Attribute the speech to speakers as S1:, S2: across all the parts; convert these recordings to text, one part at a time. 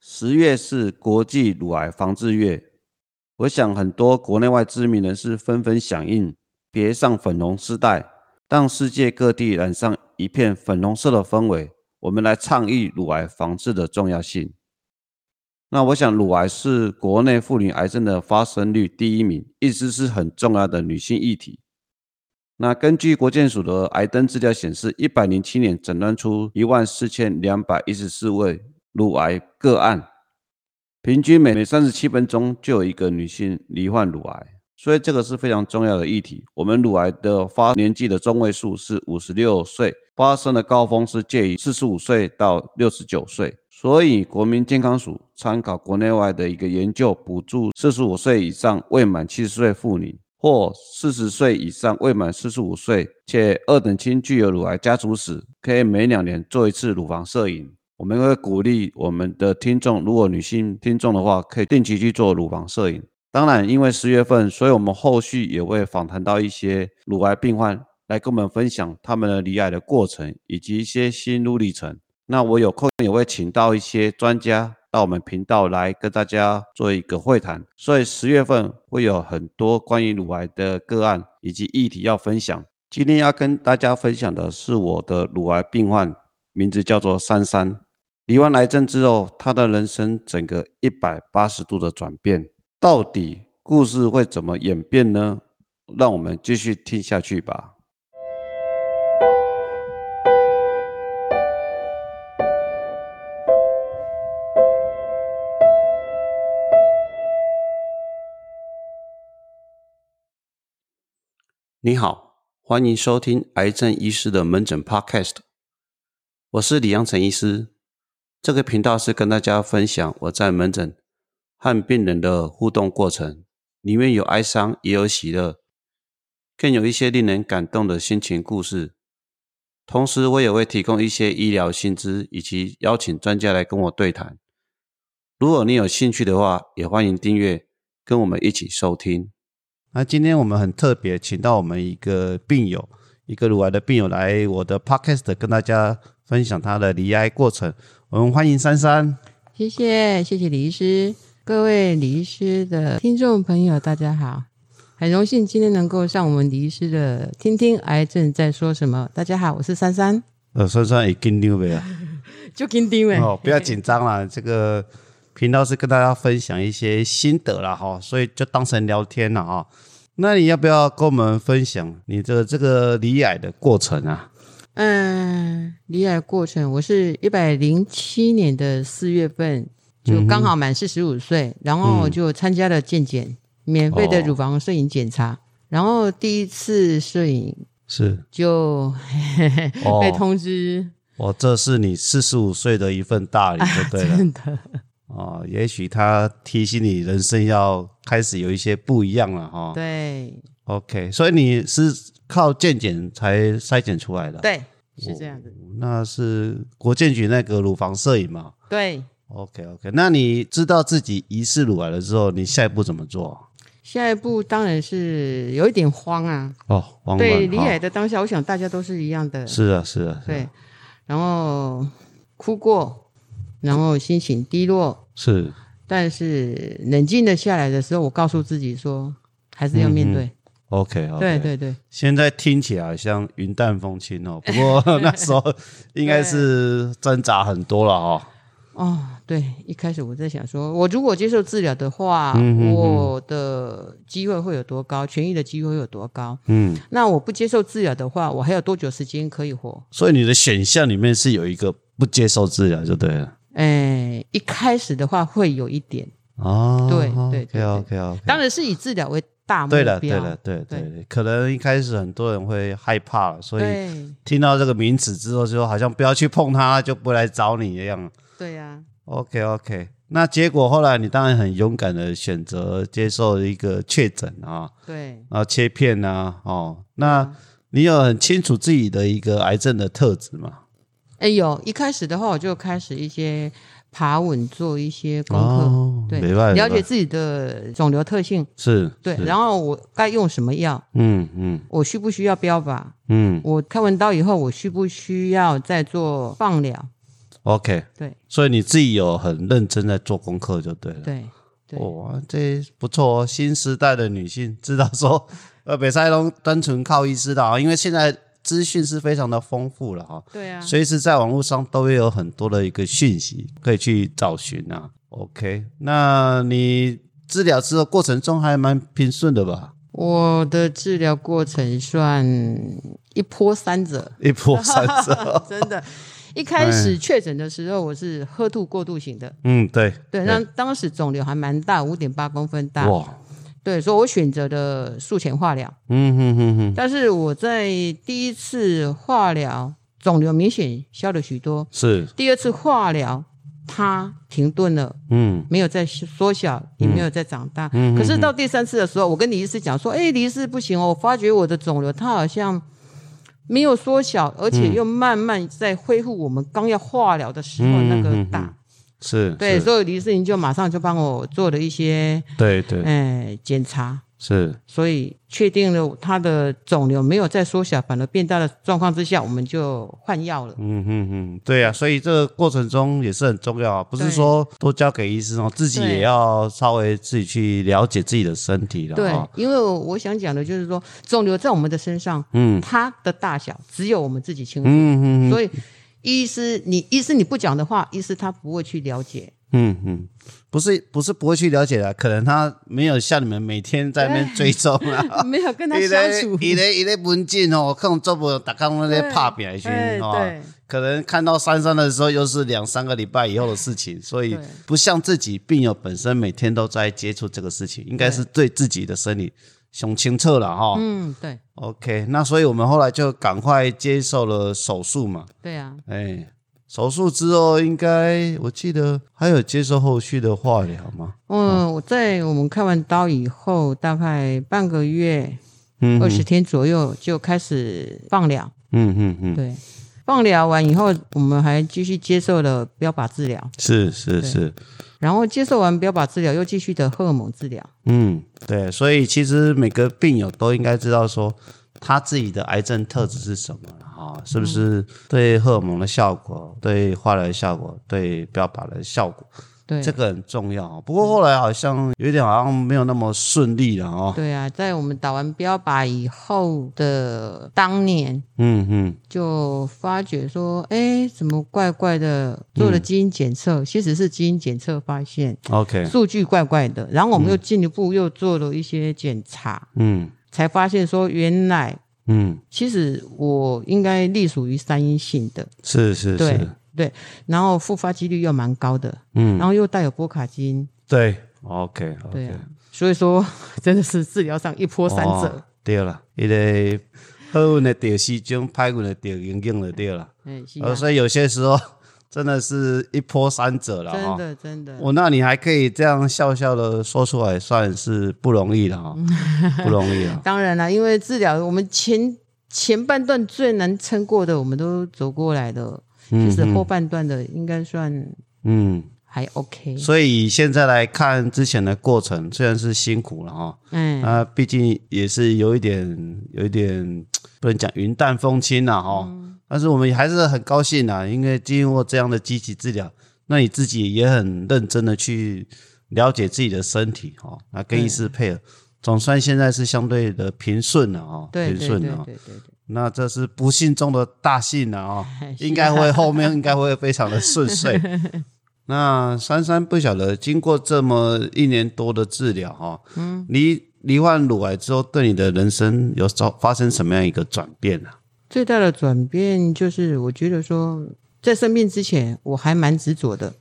S1: 十月是国际乳癌防治月，我想很多国内外知名人士纷纷响应，别上粉红丝带，让世界各地染上一片粉红色的氛围。我们来倡议乳癌防治的重要性。那我想，乳癌是国内妇女癌症的发生率第一名，一直是很重要的女性议题。那根据国健署的癌登资料显示，一百零七年诊断出一万四千两百一十四位乳癌个案，平均每三十七分钟就有一个女性罹患乳癌，所以这个是非常重要的议题。我们乳癌的发年纪的中位数是五十六岁，发生的高峰是介于四十五岁到六十九岁。所以，国民健康署参考国内外的一个研究，补助四十五岁以上未满七十岁妇女，或四十岁以上未满四十五岁且二等亲具有乳癌家族史，可以每两年做一次乳房摄影。我们会鼓励我们的听众，如果女性听众的话，可以定期去做乳房摄影。当然，因为十月份，所以我们后续也会访谈到一些乳癌病患，来跟我们分享他们的罹癌的过程，以及一些心路历程。那我有空也会请到一些专家到我们频道来跟大家做一个会谈，所以十月份会有很多关于乳癌的个案以及议题要分享。今天要跟大家分享的是我的乳癌病患，名字叫做珊珊。罹患癌症之后，她的人生整个一百八十度的转变，到底故事会怎么演变呢？让我们继续听下去吧。你好，欢迎收听癌症医师的门诊 Podcast，我是李阳成医师。这个频道是跟大家分享我在门诊和病人的互动过程，里面有哀伤，也有喜乐，更有一些令人感动的心情故事。同时，我也会提供一些医疗薪资，以及邀请专家来跟我对谈。如果你有兴趣的话，也欢迎订阅，跟我们一起收听。那今天我们很特别，请到我们一个病友，一个乳癌的病友来我的 podcast 跟大家分享他的离癌过程。我们欢迎珊珊。
S2: 谢谢，谢谢李医师，各位李医师的听众朋友，大家好，很荣幸今天能够上我们李医师的《听听癌症在说什么》。大家好，我是珊珊，
S1: 呃，珊珊也跟啊丢呗，
S2: 就跟丁伟，
S1: 哦，不要紧张啦，这个频道是跟大家分享一些心得啦哈，所以就当成聊天了啊。那你要不要跟我们分享你的这个离癌的过程啊？
S2: 嗯，离癌过程，我是一百零七年的四月份，就刚好满四十五岁，然后我就参加了健检，免费的
S1: 嗯哦
S2: 乳房摄影检查，然后第一次摄影
S1: 是
S2: 就
S1: 哦
S2: 被通知，
S1: 我哦这是你四十五岁的一份大礼，就对啊了。
S2: 啊真的。
S1: 哦，也许他提醒你人生要开始有一些不一样了哈、哦。
S2: 对
S1: OK，所以你是靠健检才筛检出来的。，啊
S2: 对，是这样子。
S1: 那是国健局那个乳房摄影嘛。
S2: 对，
S1: OK OK，那你知道自己疑似乳癌了之后，你下一步怎么做？啊
S2: 下一步当然是有一点慌啊。
S1: 哦，王
S2: 对，
S1: 文
S2: 离
S1: 哈
S2: 癌的当下，我想大家都是一样的。
S1: 是啊是啊，是啊
S2: 对，然后哭过，然后心情低落，
S1: 是
S2: 但是冷静的下来的时候，我告诉自己说，还是要面对。
S1: 嗯 OK OK。
S2: 对对对，
S1: 现在听起来好像云淡风轻 哦，不过那时候应该是挣扎很多了哦。
S2: 哦，对，一开始我在想说，我如果接受治疗的话，
S1: 嗯
S2: 我的机会会有多高，痊愈的机会会有多高？
S1: 嗯，
S2: 那我不接受治疗的话，我还有多久时间可以活？
S1: 所以你的选项里面是有一个不接受治疗就对了。
S2: 哎，一开始的话会有一点，
S1: 哦，
S2: 对对对
S1: o k OK OK。
S2: 当然是以治疗为大目标。
S1: 对了对了对对对，可能一开始很多人会害怕，所以
S2: 对
S1: 听到这个名词之后，就好像不要去碰它，就不会来找你一样。
S2: 对啊呀、
S1: OK OK，那结果后来你当然很勇敢的选择接受一个确诊啊，
S2: 对，
S1: 然后切片啊，哦，
S2: 嗯
S1: 那你有很清楚自己的一个癌症的特质吗？
S2: 哎有一开始的话，我就开始一些爬稳，做一些功课，
S1: 哦，
S2: 对
S1: 没办法，
S2: 了解自己的肿瘤特性，
S1: 是，
S2: 对，
S1: 是
S2: 然后我该用什么药，
S1: 嗯嗯
S2: 我需不需要标靶，
S1: 嗯，
S2: 我开完刀以后，我需不需要再做放疗，
S1: OK，
S2: 对
S1: 所以你自己有很认真在做功课就对了。
S2: 对对
S1: 哦哇，这不错哦，新时代的女性知道说， 呃，北塞龙单纯靠医师的啊，因为现在资讯是非常的丰富了哈、
S2: 对啊，
S1: 随时在网络上都会有很多的一个讯息可以去找寻啊。OK，那你治疗之后过程中还蛮平顺的吧？
S2: 我的治疗过程算一波三折，
S1: 一波 三折，
S2: 真的。哎一开始确诊的时候，我是喝吐过度型的，
S1: 嗯，对，
S2: 对，那当时肿瘤还蛮大，五点八公分大，
S1: 哇，
S2: 对，所以我选择的术前化疗。
S1: 嗯哼哼哼，
S2: 但是我在第一次化疗，肿瘤明显消了许多，
S1: 是，
S2: 第二次化疗它停顿了，
S1: 嗯，
S2: 没有再缩小，也没有再长大。可是到第三次的时候，我跟李医师讲说：“哎，李医师不行哦，我发觉我的肿瘤它好像没有缩小，而且又慢慢在恢复我们刚要化疗的时候
S1: 嗯
S2: 那个
S1: 嗯嗯
S2: 大。
S1: 是，
S2: 对，
S1: 是
S2: 所以李医师您就马上就帮我做了一些
S1: 对对，
S2: 哎检查。
S1: 是，
S2: 所以确定了它的肿瘤没有再缩小，反而变大的状况之下，我们就换药了。
S1: 嗯哼哼，对呀、所以这个过程中也是很重要啊，不是
S2: 对
S1: 说都交给医生哦，自己
S2: 对
S1: 也要稍微自己去了解自己的身体了、
S2: 对
S1: 哦。，
S2: 因为我想讲的就是说，肿瘤在我们的身上，
S1: 嗯
S2: 它的大小只有我们自己清楚。
S1: 嗯哼哼，
S2: 所以医师，你医师你不讲的话，医师他不会去 了解。
S1: 嗯哼，不是不是不会去了解的，可能他没有像你们每天在那边追踪啊。
S2: 没有 跟他
S1: 伊
S2: 相
S1: 咧
S2: 处，
S1: 伊咧伊咧文静哦，看做不，大家拢在
S2: 对
S1: 拍拼去
S2: 哎
S1: 哦
S2: 对。
S1: 可能看到珊珊的时候，又是两三个礼拜以后的事情，所以
S2: 对
S1: 不像自己病友本身每天都在接触这个事情，应该是对自己的身体想清澈了哦哈、
S2: 嗯，对，
S1: OK，那所以我们后来就赶快接受了手术嘛，
S2: 对啊，
S1: 哎，手术之后应该我记得还有接受后续的化疗吗？
S2: 嗯，
S1: 哦
S2: 我在我们开完刀以后，大概半个月、
S1: 嗯
S2: 二十天左右就开始放疗。
S1: 嗯嗯嗯，
S2: 对，放疗完以后，我们还继续接受了标靶治疗，
S1: 是是是，
S2: 然后接受完标靶治疗，又继续的荷尔蒙治疗。
S1: 嗯，对，所以其实每个病友都应该知道说他自己的癌症特质是什么了哈，是不是对荷尔蒙的效果、对化疗的效果、对标靶的效果，
S2: 对，
S1: 这个很重要哦。不过后来好像有点好像没有那么顺利了哦。
S2: 对啊，在我们打完标靶以后的当年，
S1: 嗯嗯，
S2: 就发觉说，哎，怎么怪怪的？做了基因检测，
S1: 嗯
S2: 其实是基因检测发现
S1: OK，
S2: 数据怪怪的，然后我们又进一步又做了一些检查，
S1: 嗯
S2: 才发现说原来。
S1: 嗯，
S2: 其实我应该隶属于三阴性的，
S1: 是是
S2: 对
S1: 是，
S2: 对，然后复发几率又蛮高的，
S1: 嗯
S2: 然后又带有波卡基因，
S1: 对，OK
S2: 对
S1: OK，
S2: 啊，所以说 真的是治疗上一波三折，
S1: 哦对了，一个好运的得西种，歹运的得阴影就对了。
S2: 嗯，是啊
S1: 呃，所以有些时候真的是一波三折了
S2: 真
S1: 哈。
S2: 的真的，
S1: 我那你还可以这样笑笑的说出来，算是不容易了 哈，不容易了。
S2: 当然啦，因为治疗我们前前半段最难撑过的，我们都走过来的，其实后半段的应该算
S1: 嗯，
S2: 还 OK，
S1: 所以现在来看之前的过程，虽然是辛苦了哦哈，
S2: 嗯，
S1: 那啊毕竟也是有一点，有一点不能讲云淡风轻了哈。
S2: 嗯
S1: 但是我们还是很高兴啊，因为经过这样的积极治疗，那你自己也很认真的去了解自己的身体哈，啊，跟医师配合，总算现在是相对的平顺了啊，
S2: 对
S1: 平
S2: 对
S1: 顺
S2: 对
S1: 了
S2: 对
S1: 啊。
S2: 对对，
S1: 那这是不幸中的大幸了啊、
S2: 是啊
S1: 应该会后面应该会非常的顺 遂。那珊珊不晓得，经过这么一年多的治疗哈、嗯，罹罹患乳癌之后，对你的人生有造发生什么样一个转变呢、啊？
S2: 最大的转变就是我觉得说，在生病之前我还蛮执着的，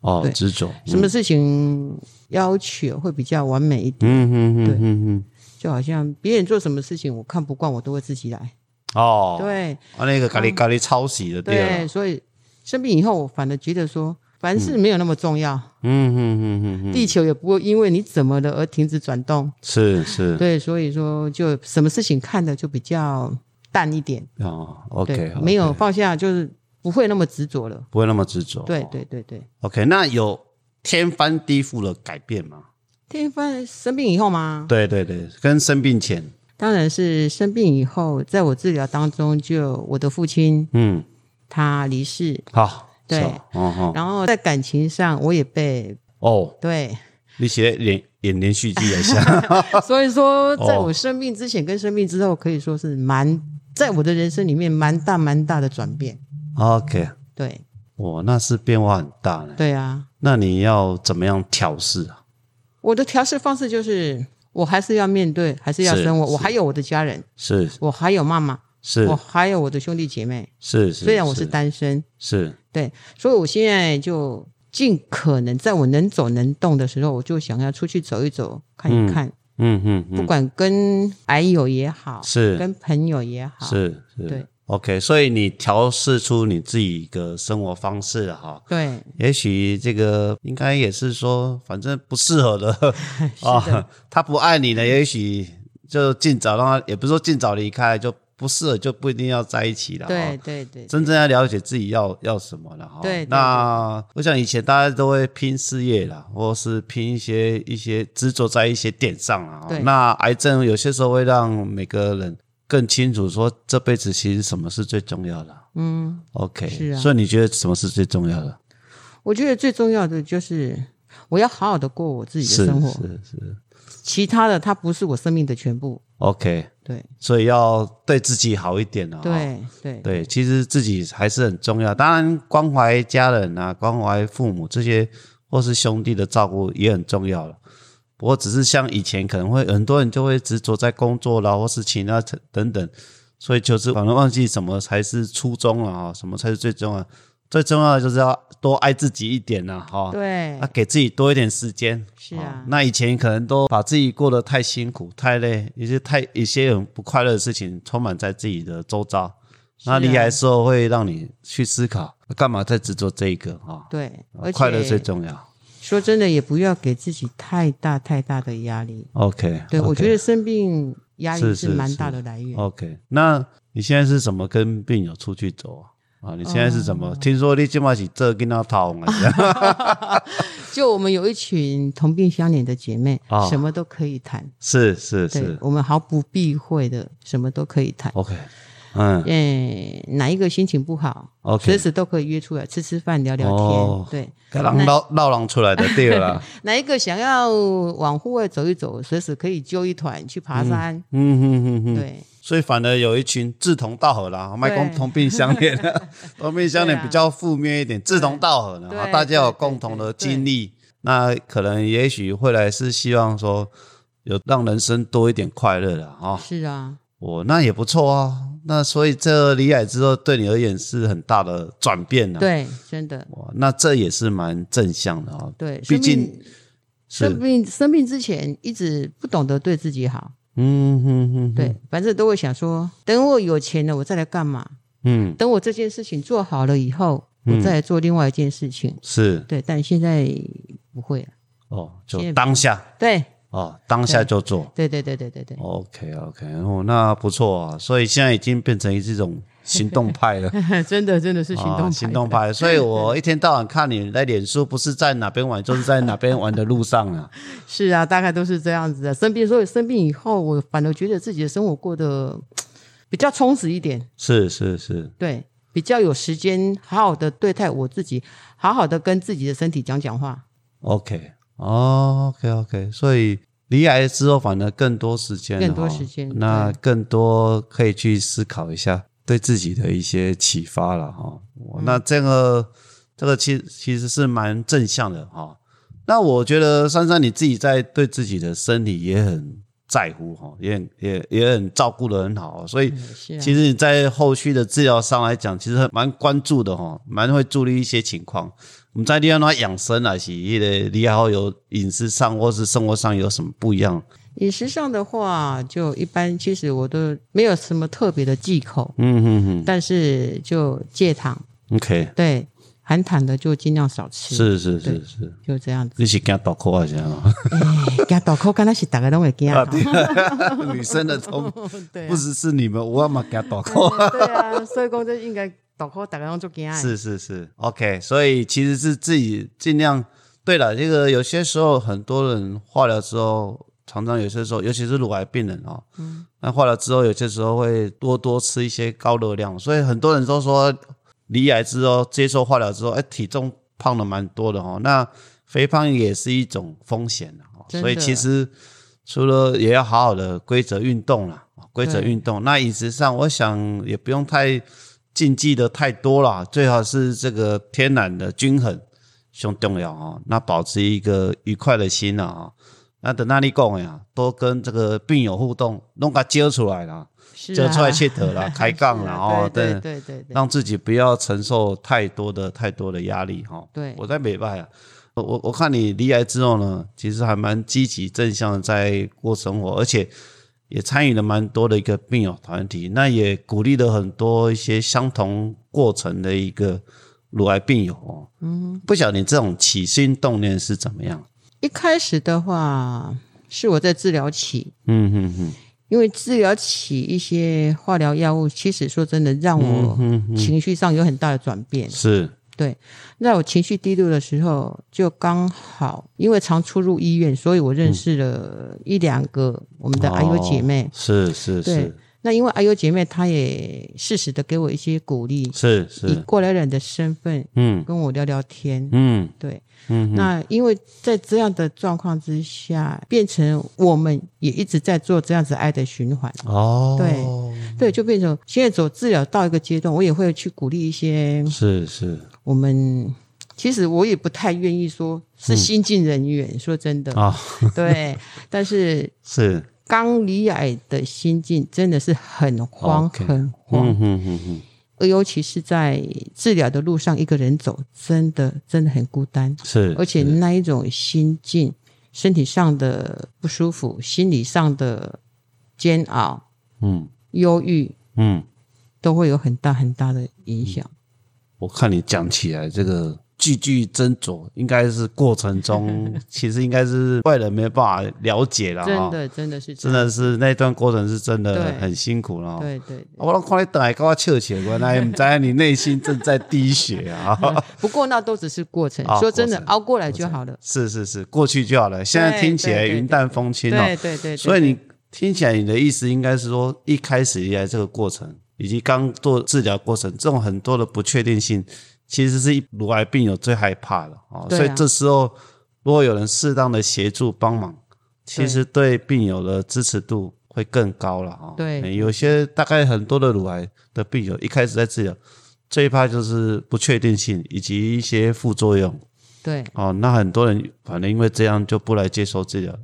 S1: 哦
S2: 对，
S1: 执着，
S2: 什么事情要求会比较完美一点，
S1: 嗯哼哼哼哼，
S2: 就好像别人做什么事情我看不惯，我都会自己来。
S1: 哦，，
S2: 对嗯
S1: 啊，那个咖喱咖喱抄袭的对啊
S2: 对，
S1: 了，
S2: 所以生病以后，我反而觉得说，凡事没有那么重要，
S1: 嗯哼哼哼哼，
S2: 地球也不会因为你怎么了而停止转动。
S1: 是是，
S2: 对，所以说就什么事情看的就比较淡一点，
S1: 哦
S2: 对
S1: ，OK，哦
S2: 没有放下就是不会那么执着了。
S1: 不会那么执着，
S2: 对对对对，
S1: ，OK，那有天翻地覆的改变吗？
S2: 天翻生病以后嘛，
S1: 对对对，跟生病前，
S2: 当然是生病以后，在我治疗当中就，我的父亲
S1: 嗯，
S2: 他离世，
S1: 好，
S2: 对
S1: 是吧
S3: 哦吼，
S2: 然后在感情上，我也被
S1: 哦，
S2: 对，
S1: 你写连演连续剧啊一下，
S2: 所以说，在
S1: 哦
S2: 我生病之前跟生病之后，可以说是蛮在我的人生里面蛮大蛮大的转变。
S1: OK，
S2: 对
S1: 哇，那是变化很大呢。
S2: 对啊，
S1: 那你要怎么样调试啊？
S2: 我的调试方式就是，我还是要面对，还是要
S1: 是
S2: 生活，
S1: 是
S2: 我还有我的家人，
S1: 是
S2: 我还有妈妈，
S1: 是
S2: 我还有我的兄弟姐妹。
S1: 是，
S2: 哦虽然我是单身，
S1: 是
S2: 对，所以我现在就尽可能在我能走能动的时候，我就想要出去走一走，看一看，
S1: 嗯嗯
S2: 不
S1: 嗯，
S2: 管跟癌友也好，
S1: 是
S2: 跟朋友也好，
S1: 是是，
S2: 对
S1: OK，所以你调试出你自己一个生活方式了哈。
S2: 对，
S1: 也许这个应该也是说，反正不适合 的啊，他不爱你的，也许就尽早让他，也不是说尽早离开，就不适合就不一定要在一起了。啊
S2: 对，，对，对，
S1: 真正要了解自己要要什么了哈。
S2: 对对
S1: 那我想以前大家都会拼事业啦，或是拼一些一些执着在一些点上了哈
S2: 对。
S1: 那癌症有些时候会让每个人更清楚说这辈子其实什么是最重要的。
S2: 嗯，
S1: OK，
S2: 是啊
S1: 所以你觉得什么是最重要的？
S2: 我觉得最重要的就是我要好好的过我自己
S1: 是
S2: 的生活，
S1: 是是
S2: 其他的它不是我生命的全部。
S1: ，OK，
S2: 对，
S1: 所以要对自己好一点啊。哈
S2: 对，对，
S1: 对，其实自己还是很重要。当然，关怀家人啊，关怀父母这些，或是兄弟的照顾也很重要了。不过，只是像以前可能会很多人就会执着在工作啦，或是其他等等，所以就是反而忘记什么才是初衷了啊，什么才是最重要。最重要的就是要多爱自己一点呐、哈。
S2: 对
S1: 啊，给自己多一点时间。哦
S2: 是啊
S1: 那以前可能都把自己过得太辛苦、太累，一些太一些很不快乐的事情充满在自己的周遭。
S2: 啊
S1: 那离开之后会让你去思考，干嘛在执着这一个啊？
S2: 对，
S1: 啊
S2: 而
S1: 快乐最
S2: 且
S1: 重要。
S2: 说真的，也不要给自己太大太大的压力。
S1: OK，
S2: 对
S1: OK
S2: 我觉得生病压
S1: 哦是
S2: 力
S1: 是
S2: 是蛮
S1: 是哦
S2: 大的来源。
S1: OK。那你现在是怎么跟病友出去走啊？啊，你现在是怎么？
S2: 嗯
S1: 听说你今晚起这跟他讨论 啊？
S2: 就我们有一群同病相怜的姐妹，
S1: 啊
S2: 什么都可以谈。
S1: 是是
S2: 对
S1: 是
S2: 我们毫不避讳的，什么都可以谈。
S1: ，OK，嗯
S2: 诶，哪一个心情不好，随
S1: ，OK，
S2: 时都可以约出来吃吃饭、聊聊
S1: 哦
S2: 天。对，
S1: 给人闹闹人出来的对了 啦。
S2: 哪一个想要往户外走一走，随时可以揪一团去爬山。
S1: 嗯哼哼哼。
S2: 对，
S1: 所以反而有一群志同道合啦，麦公同病相怜， 同病相怜比较负面一点，志同道合
S2: 啊对
S1: 呢，大家有
S2: 对对
S1: 共同的经历，那可能也许未来是希望说有让人生多一点快乐的啊，
S2: 是啊，
S1: 我那也不错啊，那所以这离海之后对你而言是很大的转变了，，
S2: 对，真的。
S1: 哇，那这也是蛮正向的啊，
S2: 对，
S1: 毕
S2: 生
S1: 竟
S2: 病
S1: 是，
S2: 生病生病之前一直不懂得对自己好，
S1: 嗯哼哼，
S2: 对，反正都会想说，等我有钱了，我再来干嘛？
S1: 嗯，
S2: 等我这件事情做好了以后，我再来做另外一件事情。
S1: 是
S2: 对，但现在不会了。
S1: 哦，
S2: 现
S1: 就
S2: 在
S1: 当下
S2: 对，
S1: 哦，当下就做。
S2: 对对对对对对，
S1: OK OK，哦，那不错啊，所以现在已经变成这种行动派了，
S2: 真的真的 是行动派
S1: 啊、
S2: 的
S1: 行动。派。所以我一天到晚看你在脸书，不是在哪边玩，就是在哪边玩的路上 啊。
S2: 是啊，大概都是这样子的。生病，所以生病以后，我反而觉得自己的生活过得比较充实一点，
S1: 是是是，
S2: 对，比较有时间好好的对待我自己，好好的跟自己的身体讲讲话。
S1: OK，哦，OK OK，所以离癌之后反而更多时间了哦，
S2: 更多时间对
S1: 那更多可以去思考一下对自己的一些启发了哈、哦。那这个、这个其其实是蛮正向的哈、那我觉得珊珊你自己在对自己的身体也很在乎哈、也很也也很照顾的很好哦，所以。
S2: 是啊，
S1: 其实你在后续的治疗上来讲，其实蛮关注的哈，蛮会注意一些情况。我们在利用它养生啊，是一个你好有饮食上或是生活上有什么不一样？
S2: 饮食上的话，就一般，其实我都没有什么特别的忌口，
S1: 嗯嗯
S2: 但是就戒糖，
S1: 嗯，OK，
S2: 对，含糖的就尽量少吃，
S1: 是是是
S2: 对
S1: 是，
S2: 就这样子。
S1: 你是跟倒扣啊，这 样哦
S2: 哎，给倒扣，刚才是大家都会惊。啊
S1: 女生的痛，
S2: 对啊
S1: 啊不只是你们，我嘛跟倒扣。
S2: 对啊，所以讲这应该倒扣，大家都做惊。
S1: 是是是，OK，所以其实是自己尽量。对了，这个有些时候很多人化疗之后，常常有些时候，尤其是乳癌病人哦，
S2: 嗯
S1: 那化疗之后有些时候会多多吃一些高热量，所以很多人都说离癌之后接受化疗之后，哎，体重胖了蛮多的哦。那肥胖也是一种风险的哦，
S2: 真的
S1: 所以其实除了也要好好的规则运动啦，规则
S2: 对
S1: 运动。那饮食上，我想也不用太禁忌的太多啦，最好是这个天然的均衡，最重要哦。那保持一个愉快的心啊、哦。那等那你讲的呀，多跟这个病友互动，弄个揪出来啦。
S2: 是
S1: 就
S2: 啊
S1: 出来切头 啦开杠啦
S2: 是啊
S1: 哦
S2: 对
S1: 对
S2: 对对对，
S1: 让自己不要承受太多的太多的压力哈、哦。
S2: 对
S1: 我在北拜啊，我我我看你离癌之后呢，其实还蛮积极正向地在过生活，而且也参与了蛮多的一个病友团体，那也鼓励了很多一些相同过程的一个乳癌病友哦。嗯，不晓得你这种起心动念是怎么样？
S2: 一开始的话是我在治疗期，
S1: 嗯哼哼，
S2: 因为治疗起一些化疗药物，其实说真的，让我情绪上有很大的转变。
S1: 是
S2: 对，在我情绪低落的时候，就刚好因为常出入医院，所以我认识了一两个我们的
S1: 哦
S2: 阿优姐妹。
S1: 是是
S2: 对
S1: 是，
S2: 那因为阿优姐妹她也适时的给我一些鼓励，
S1: 是
S2: 以
S1: 是，
S2: 过来人的身份
S1: 嗯
S2: 跟我聊聊天。
S1: 嗯
S2: 对，
S1: 嗯哼，
S2: 那因为在这样的状况之下，变成我们也一直在做这样子爱的循环。
S1: 哦，
S2: 对对，就变成现在走治疗到一个阶段，我也会去鼓励一些
S1: 是是
S2: 我们。其实我也不太愿意说是新进人员，说真的，
S1: 啊，
S2: 对。但是
S1: 是。
S2: 刚离癌的心境真的是很慌
S1: OK 嗯
S2: 很慌，
S1: 哼哼哼，
S2: 而尤其是在治疗的路上一个人走，真的真的很孤单，
S1: 是，
S2: 而且
S1: 是
S2: 那一种心境、身体上的不舒服、心理上的煎熬、
S1: 嗯
S2: 忧郁，
S1: 嗯，
S2: 都会有很大很大的影响。
S1: 我看你讲起来这个句句斟酌，应该是过程中 其实应该是外人没办法了解了
S2: 真
S1: 哈，
S2: 的真的是这
S1: 嗯真
S2: 样
S1: 的哦是那段过程是真的
S2: 对
S1: 很辛苦了哈。
S2: 对对。对
S1: 我都看你等来跟我笑起来，原来不知道你内心正在滴血 啊！
S2: 不过那都只是过程
S1: 啊，
S2: 说真的
S1: 过，程
S2: 熬过来就好了。
S1: 是是是，过去就好了。现在
S2: 对
S1: 听起来
S2: 对对
S1: 云淡风轻
S2: 对
S1: 哦
S2: 对。对对，
S1: 所以你听起来你的意思应该是说，一开始以来这个过程，以及刚做治疗过程，这种很多的不确定性，其实是乳癌病友最害怕的哦。
S2: 对啊
S1: 所以这时候如果有人适当的协助帮忙，其实对病友的支持度会更高了哦。
S2: 对
S1: 嗯有些大概很多的乳癌的病友一开始在治疗，最怕就是不确定性以及一些副作用。
S2: 对
S1: 哦，那很多人反正因为这样就不来接受治疗，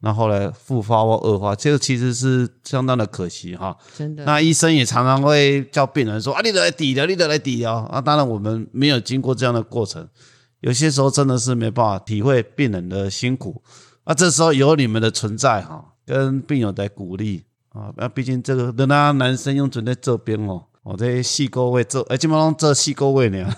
S1: 那后来复发或恶化，这个其实是相当的可惜哈。
S2: 真的
S1: 那医生也常常会叫病人说啊，你得来底疗，你得来底疗啊。当然我们没有经过这样的过程，有些时候真的是没办法体会病人的辛苦。啊，这时候有你们的存在哈，跟病友的鼓励啊，那毕竟这个人家男生用准在这边哦，我这细沟位这，哎，基本上这细沟位呢，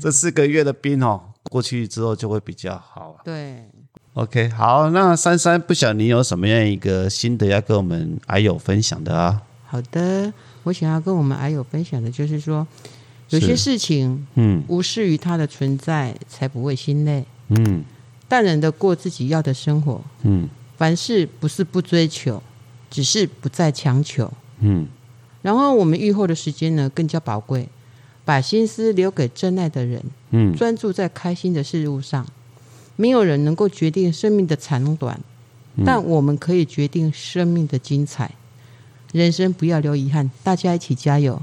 S1: 这四个月的兵哦，过去之后就会比较好啊。
S2: 对。
S1: OK，好，那珊珊不晓得你有什么样一个心得要跟我们癌友分享的啊？
S2: 好的，我想要跟我们癌友分享的就是说，有些
S1: 是
S2: 事情
S1: 嗯
S2: 无视于它的存在，才不会心累。
S1: 嗯
S2: 淡然的过自己要的生活，
S1: 嗯
S2: 凡事不是不追求，只是不再强求。
S1: 嗯，
S2: 然后我们愈后的时间呢更加宝贵，把心思留给真爱的人，
S1: 嗯
S2: 专注在开心的事物上。没有人能够决定生命的长短，
S1: 嗯
S2: 但我们可以决定生命的精彩。人生不要留遗憾，大家一起加油！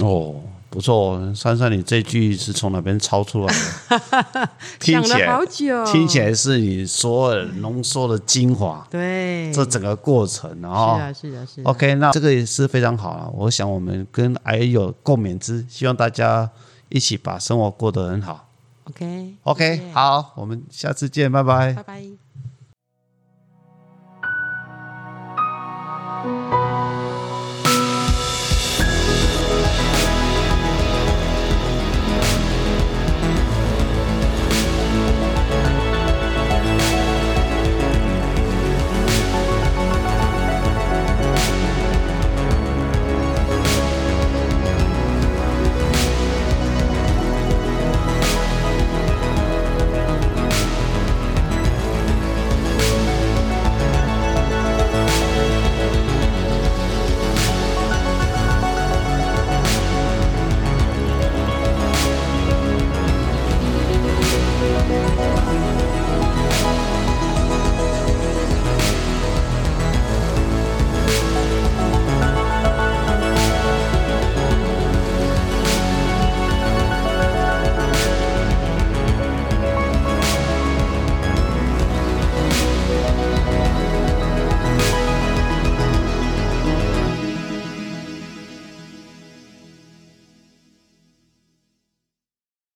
S1: 哦，不错哦，珊珊，你这句是从哪边抄出来 的？ 听起
S2: 想了
S1: 来
S2: 好久，
S1: 听起来是你所有浓缩的精华，
S2: 对，
S1: 这整个过程，然
S2: 是
S1: 后
S2: 啊，是啊，是啊
S1: OK，那这个也是非常好啊。我想我们跟癌友共勉之，希望大家一起把生活过得很好。
S2: OK，
S1: OK，
S2: 谢谢
S1: 好，我们下次见，拜拜。
S2: 拜拜。